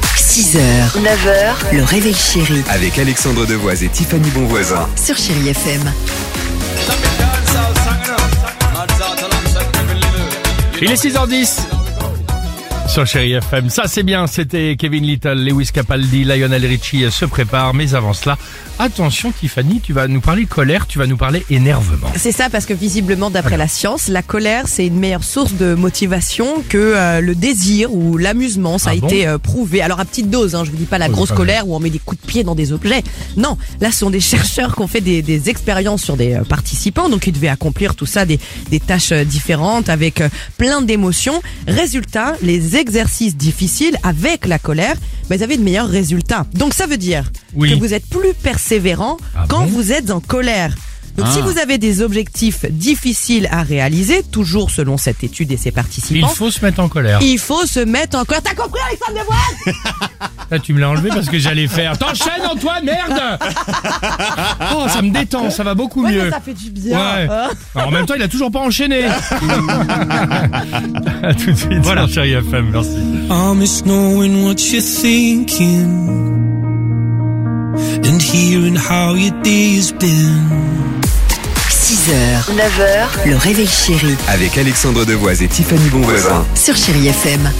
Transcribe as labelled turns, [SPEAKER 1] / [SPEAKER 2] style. [SPEAKER 1] 6h, 9h, le réveil chéri
[SPEAKER 2] Avec Alexandre Devoise et Tiffany Bonvoisin.
[SPEAKER 1] sur Chéri FM.
[SPEAKER 3] Il est 6h10 sur Chéri FM. Ça, c'est bien. C'était Kevin Little, Lewis Capaldi, Lionel Richie euh, se préparent. Mais avant cela, attention, Tiffany, tu vas nous parler colère, tu vas nous parler énervement.
[SPEAKER 4] C'est ça parce que visiblement d'après la science, la colère c'est une meilleure source de motivation que euh, le désir ou l'amusement, ça a
[SPEAKER 3] Ah bon
[SPEAKER 4] été euh, prouvé. Alors à petite dose, hein, je vous dis pas la
[SPEAKER 3] Oh,
[SPEAKER 4] grosse
[SPEAKER 3] pas
[SPEAKER 4] colère où on met des coups de pied dans des objets. Non, là ce sont des chercheurs qui ont fait des, des expériences sur des euh, participants, donc ils devaient accomplir tout ça, des, des tâches euh, différentes avec euh, plein d'émotions. Résultat, les exercices difficiles avec la colère, bah, ils avaient de meilleurs résultats. Donc ça veut dire
[SPEAKER 3] Oui.
[SPEAKER 4] que vous êtes plus persévérant
[SPEAKER 3] Ah
[SPEAKER 4] quand
[SPEAKER 3] bon
[SPEAKER 4] vous êtes en colère. Donc
[SPEAKER 3] Ah.
[SPEAKER 4] si vous avez des objectifs difficiles à réaliser, toujours selon cette étude et ses
[SPEAKER 3] Il
[SPEAKER 4] participants,
[SPEAKER 3] faut se mettre en colère.
[SPEAKER 4] il faut se mettre en colère. T'as compris Alexandre Devois
[SPEAKER 3] Là, tu me l'as enlevé parce que j'allais faire. T'enchaînes, Antoine, merde Oh, ça me détend, ça va beaucoup
[SPEAKER 4] Ouais,
[SPEAKER 3] mieux.
[SPEAKER 4] ça fait du bien.
[SPEAKER 3] Ouais.
[SPEAKER 4] hein.
[SPEAKER 3] Alors, en même temps, il a toujours pas enchaîné. à tout de suite voilà. sur Chéri FM. Merci.
[SPEAKER 5] I miss knowing what you're thinking and hearing how your day's been.
[SPEAKER 1] 6h, 9h, le réveil chéri
[SPEAKER 2] Avec Alexandre Devoise et Tiffany Bonvoisin.
[SPEAKER 1] sur Chéri FM.